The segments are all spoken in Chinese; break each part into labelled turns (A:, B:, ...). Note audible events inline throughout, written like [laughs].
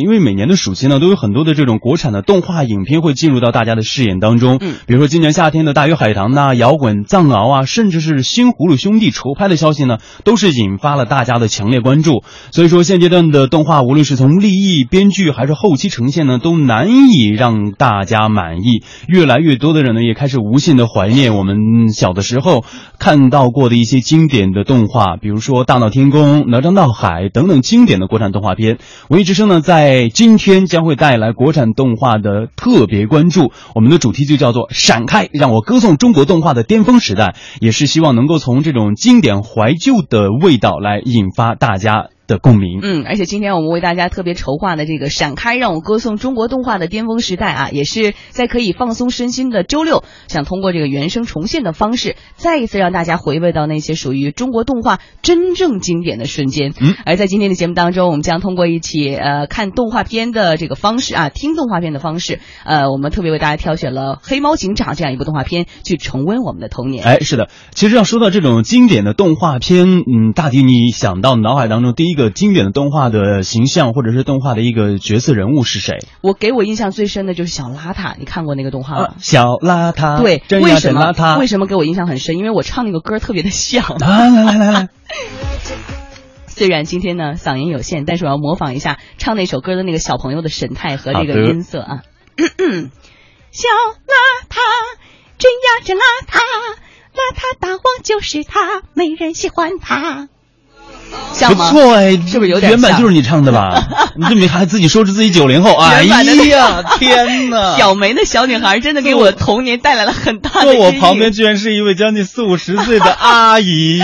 A: 因为每年的暑期呢，都有很多的这种国产的动画影片会进入到大家的视野当中。
B: 嗯
A: 比如说今年夏天的《大鱼海棠》呐、摇滚《藏獒》啊，甚至是《新葫芦兄弟》筹拍的消息呢，都是引发了大家的强烈关注。所以说，现阶段的动画，无论是从立意、编剧还是后期呈现呢，都难以让大家满意。越来越多的人呢，也开始无限的怀念我们小的时候看到过的一些经典的动画，比如说《大闹天宫》《哪吒闹海》等等经典的国产动画片。文艺之声呢，在今天将会带来国产动画的特别关注。我们的主题就叫做“闪开”，让我歌颂中国动画的巅峰时代，也是希望能够从这种经典怀旧的味道来引发大家的共鸣。
B: 嗯，而且今天我们为大家特别筹划的这个“闪开，让我歌颂中国动画的巅峰时代”啊，也是在可以放松身心的周六，想通过这个原声重现的方式，再一次让大家回味到那些属于中国动画真正经典的瞬间。
A: 嗯，
B: 而在今天的节目当中，我们将通过一起呃看动画片的这个方式啊，听动画片的方式，呃，我们特别为大家挑选了《黑猫警长》这样一部动画片，去重温我们的童年。
A: 哎，是的，其实要说到这种经典的动画片，嗯，大抵你想到脑海当中第一个经典的动画的形象或者是动画的一个角色人物是谁？
B: 我给我印象最深的就是小邋遢，你看过那个动画吗？
A: 啊小邋遢，
B: 啊对，
A: 啊真
B: 为
A: 呀
B: 什
A: 真
B: 么
A: 邋遢。
B: 为什么给我印象很深？因为我唱那个歌特别
A: [laughs]
B: 的像。
A: 来来来来
B: [laughs]
A: 来，
B: 虽然今天呢嗓音有限，但是我要模仿一下唱那首歌的那个小朋友的神态和这
A: 好
B: 个
A: 的
B: 音色啊。小邋遢，真呀真邋遢，邋遢大王就是他，没人喜欢他。像
A: 不
B: 吗？
A: 错哎，
B: 是不是有点
A: 原版
B: 像
A: 就是你唱的
B: [laughs]
A: 吧？你这么还自己说是自己九零后，哎
B: 原版的那个
A: 呀，天哪！
B: [laughs] 小梅的小女孩真的给我的童年带来了很大的
A: 坐我
B: 阴
A: 旁
B: 影
A: 边居然是一位将近四五十岁的阿
B: [laughs]
A: 姨。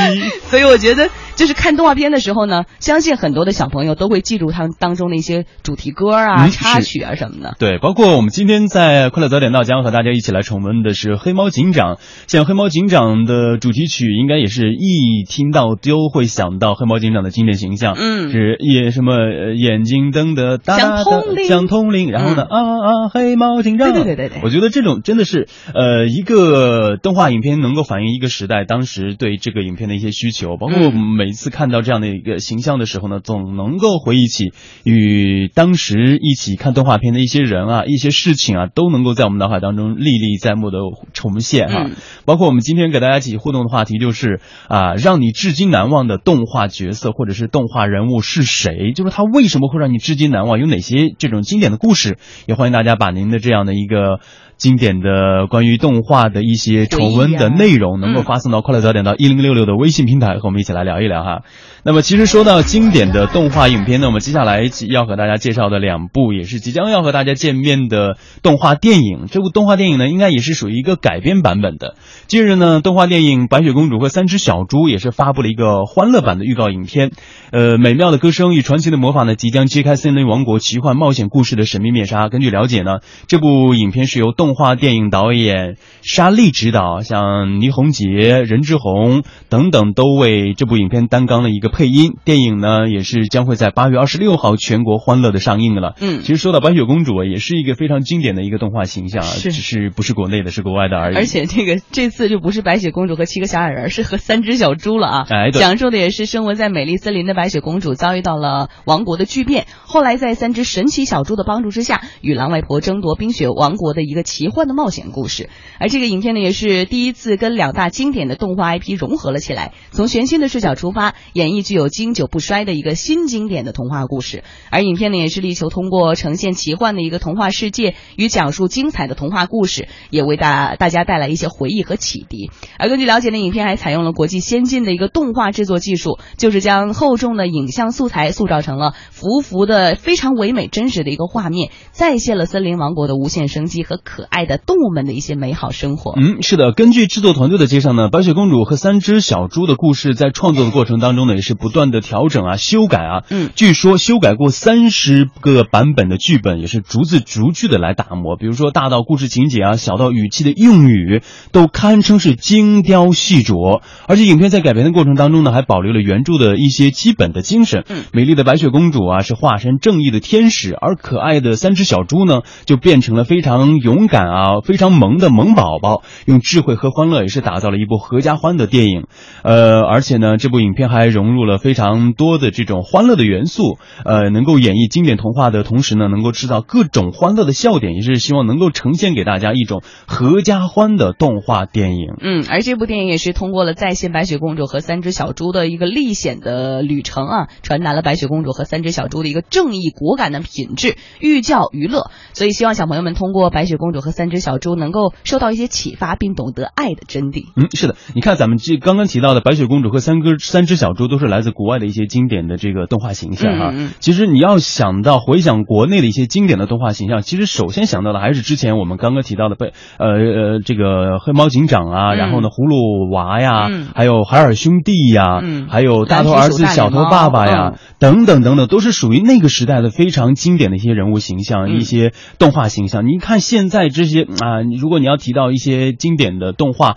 B: 所以我觉得，就是看动画片的时候呢，相信很多的小朋友都会记住他们当中的一些主题歌啊、
A: 嗯是
B: 插曲啊什么的。
A: 对，包括我们今天在《快乐早点到》将和大家一起来重温的是《黑猫警长》。像《黑猫警长》的主题曲，应该也是一听到都会想到黑猫警长的经典形象。
B: 嗯，
A: 是眼什么呃眼睛瞪得大大
B: 像通灵嗯
A: 的，像通灵，然后呢、啊啊黑猫警长，
B: 对对对对对
A: 我觉得这种真的是呃一个动画影片能够反映一个时代当时对这个影片的一些需求，包括
B: 嗯
A: 每次看到这样的一个形象的时候呢，总能够回忆起与当时一起看动画片的一些人啊、一些事情啊，都能够在我们脑海当中历历在目的重现哈、
B: 嗯
A: 包括我们今天给大家一起互动的话题就是啊，让你至今难忘的动画角色或者是动画人物是谁？就是他为什么会让你至今难忘？有哪些这种经典的故事？也欢迎大家把您的这样的一个经典的关于动画的一些重温的内容，能够发送到快乐早点到一零六六的微信平台，和我们一起来聊一聊哈。那么其实说到经典的动画影片呢，我们接下来要和大家介绍的两部也是即将要和大家见面的动画电影。这部动画电影呢，应该也是属于一个改编版本的。近日呢，动画电影《白雪公主和三只小猪》也是发布了一个欢乐版的预告影片。呃，美妙的歌声与传奇的魔法呢，即将揭开森林王国奇幻冒险故事的神秘面纱。根据了解呢，这部影片是由动画电影导演沙利执导，像倪虹洁、任志宏等等都为这部影片担纲了一个配音。电影呢，也是将会在八月二十六号全国欢乐的上映了。
B: 嗯
A: 其实说到白雪公主啊，也是一个非常经典的一个动画形象啊，
B: 是
A: 只是不是国内的，是国外的而已。
B: 而且这个这次就不是白雪公主和七个小矮人，是和三只小猪了啊！
A: 哎对
B: 讲述的也是生活在美丽森林的白雪公主遭遇到了王国的巨变，后来在三只神奇小猪的帮助之下，与狼外婆争夺冰雪王国的一个奇幻的冒险故事。而这个影片呢，也是第一次跟两大经典的动画 IP 融合了起来，从全新的视角出发，演绎具有经久不衰的一个新经典的童话故事。而影片呢，也是力求通过呈现奇幻的一个童话世界与讲述精彩的童话故事，也为大大家带来一些回忆和启迪。而根据了解呢，影片还采用了国际先进的一个动画制作技术，就是将厚重的影像素材塑造成了浮浮的非常唯美真实的一个画面，再现了森林王国的无限生机和可爱的动物们的一些美好生活。
A: 嗯，是的。根据制作团队的介绍呢，白雪公主和三只小猪的故事在创作的过程当中呢，也是不断的调整啊、修改啊。
B: 嗯，
A: 据说修改过三十个版本的剧本，也是逐字逐句的来打磨。比如说，大到故事情节啊，小到语气的用语，都堪称是精雕细琢。而且，影片在改编的过程当中呢，还保留了原著的一些基本的精神。
B: 嗯
A: 美丽的白雪公主啊，是化身正义的天使，而可爱的三只小猪呢，就变成了非常勇敢啊、非常萌的萌宝宝，用智慧和欢乐也是打造了一部合家欢的电影。呃，而且呢，这部影影片还融入了非常多的这种欢乐的元素，呃，能够演绎经典童话的同时呢，能够制造各种欢乐的笑点，也是希望能够呈现给大家一种合家欢的动画电影。
B: 嗯，而这部电影也是通过了再现白雪公主和三只小猪的一个历险的旅程啊，传达了白雪公主和三只小猪的一个正义果敢的品质，寓教于乐。所以希望小朋友们通过白雪公主和三只小猪能够受到一些启发，并懂得爱的真谛。
A: 嗯，是的，你看咱们这刚刚提到的白雪公主和三哥三只小猪都是来自国外的一些经典的这个动画形象啊。
B: 嗯嗯
A: 其实你要想到回想国内的一些经典的动画形象，其实首先想到的还是之前我们刚刚提到的被呃呃这个黑猫警长啊，
B: 嗯
A: 然后呢葫芦娃呀，
B: 嗯
A: 还有海尔兄弟呀，
B: 嗯
A: 还有大头
B: 蓝
A: 儿
B: 鼠
A: 子
B: 大
A: 小
B: 野
A: 头
B: 猫
A: 爸爸呀，
B: 嗯
A: 等等等等，都是属于那个时代的非常经典的一些人物形象、
B: 嗯
A: 一些动画形象。你看现在这些嗯啊、如果你要提到一些经典的动画，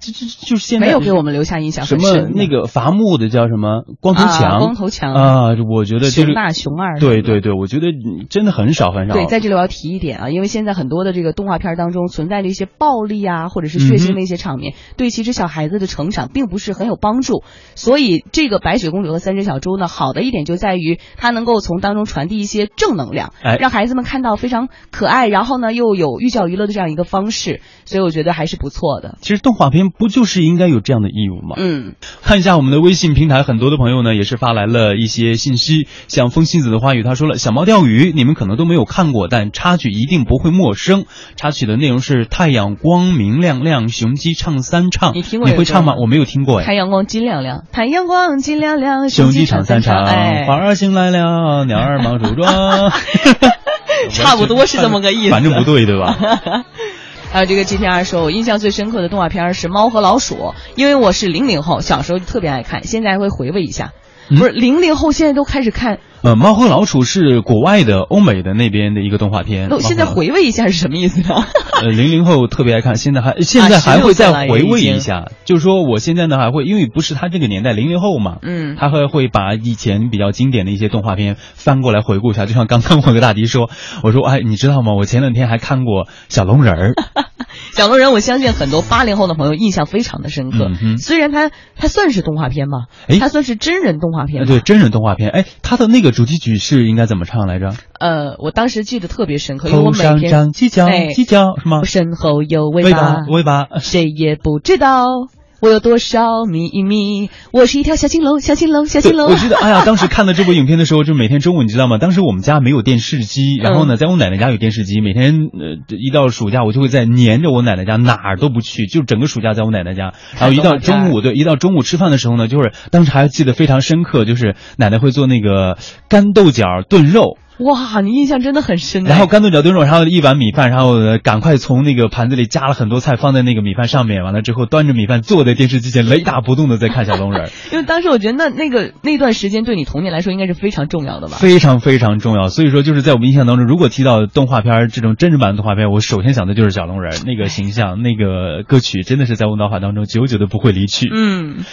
A: 这这就是现在
B: 没有给我们留下印象
A: 什
B: 很
A: 么
B: 深的
A: 那个伐木的叫什么光头
B: 啊，
A: 强，
B: 光头强
A: 啊，我觉得就是
B: 熊大熊二
A: 对对对，我觉得嗯真的很少很少。
B: 对，在这里我要提一点啊，因为现在很多的这个动画片当中存在着一些暴力啊，或者是血
A: 嗯
B: 腥
A: 哼
B: 的一些场面，对其实小孩子的成长并不是很有帮助。所以这个白雪公主和三只小猪呢，好的一点就在于它能够从当中传递一些正能量，
A: 哎
B: 让孩子们看到非常可爱，然后呢又有寓教于乐的这样一个方式，所以我觉得还是不错的。
A: 其实动画片不就是应该有这样的义务吗？
B: 嗯，
A: 看一下我们的微信平台，很多的朋友呢也是发来了一些信息，像风信子的花语，他说了小猫钓鱼，你们可能都没有看过，但插曲一定不会陌生。插曲的内容是太阳光明亮亮，雄鸡唱三唱，
B: 你听过这
A: 会
B: 首
A: 唱
B: 歌
A: 吗？我没有听过哎。
B: 太阳光金亮亮，太阳光金亮亮，
A: 雄鸡
B: 鸡
A: 唱
B: 唱
A: 三
B: 唱，
A: 唱，啊
B: 哎，
A: 花儿醒来了，鸟儿忙梳妆，
B: [laughs] 差不多是这么个意思
A: 反正不对，对吧？
B: [laughs] 还有这个 GTR 说，我印象最深刻的动画片儿是《猫和老鼠》，因为我是零零后，小时候特别爱看，现在会回味一下。
A: 嗯
B: 不是零零后，现在都开始看，
A: 呃，猫和老鼠是国外的欧美的那边的一个动画片。
B: 都现在
A: 猫和
B: 回味一下是什么意
A: [laughs]
B: 思呢？
A: 呃零零后特别爱看，现在
B: 啊
A: 还现在还会再回味一下。就是说我现在呢还会，因为不是他这个年代零零后嘛。
B: 嗯，
A: 他会会把以前比较经典的一些动画片翻过来回顾一下，就像刚刚我跟大迪说，我说哎，你知道吗？我前两天还看过小龙人儿，
B: 小龙人，我相信很多八零后的朋友印象非常的深刻。
A: 嗯哼
B: 虽然它它算是动画片吧
A: 诶，
B: 它算是真人动画片
A: 呃
B: 吧。
A: 对，真人动画片。哎，他的那个主题曲是应该怎么唱来着？
B: 呃，我当时记得特别深刻，因为我
A: 头
B: 每
A: 上
B: 天
A: 长犄角，
B: 哎
A: 犄角是吗
B: 我？身后有
A: 尾
B: 尾
A: 巴，尾巴。
B: 谁也不知道我有多少秘密。我是一条小青龙，小青龙，小青
A: 对，
B: 龙。
A: 我记得，哎呀，当时看了这部影片的时候，就每天中午，你知道吗？当时我们家没有电视机，然后呢，在我奶奶家有电视机，每天呃一到暑假，我就会在黏着我奶奶家，哪儿都不去，就整个暑假在我奶奶家。然后一到中午，对，一到中午吃饭的时候呢，就是当时还记得非常深刻，就是奶奶会做那个干豆角炖肉，
B: 哇，你印象真的很深哎。
A: 然后干豆角炖肉，然后一碗米饭，然后呃赶快从那个盘子里夹了很多菜放在那个米饭上面，完了之后端着米饭坐在电视机前，雷打不动的在看小龙人儿。
B: 因为当时我觉得那那个那段时间对你童年来说应该是非常重要的吧。
A: 非常非常重要。所以说，就是在我们印象当中，如果提到动画片儿这种真人版的动画片儿，我首先想的就是小龙人儿那个形象，那个歌曲，真的是在我脑海当中久久的不会离去。
B: 嗯。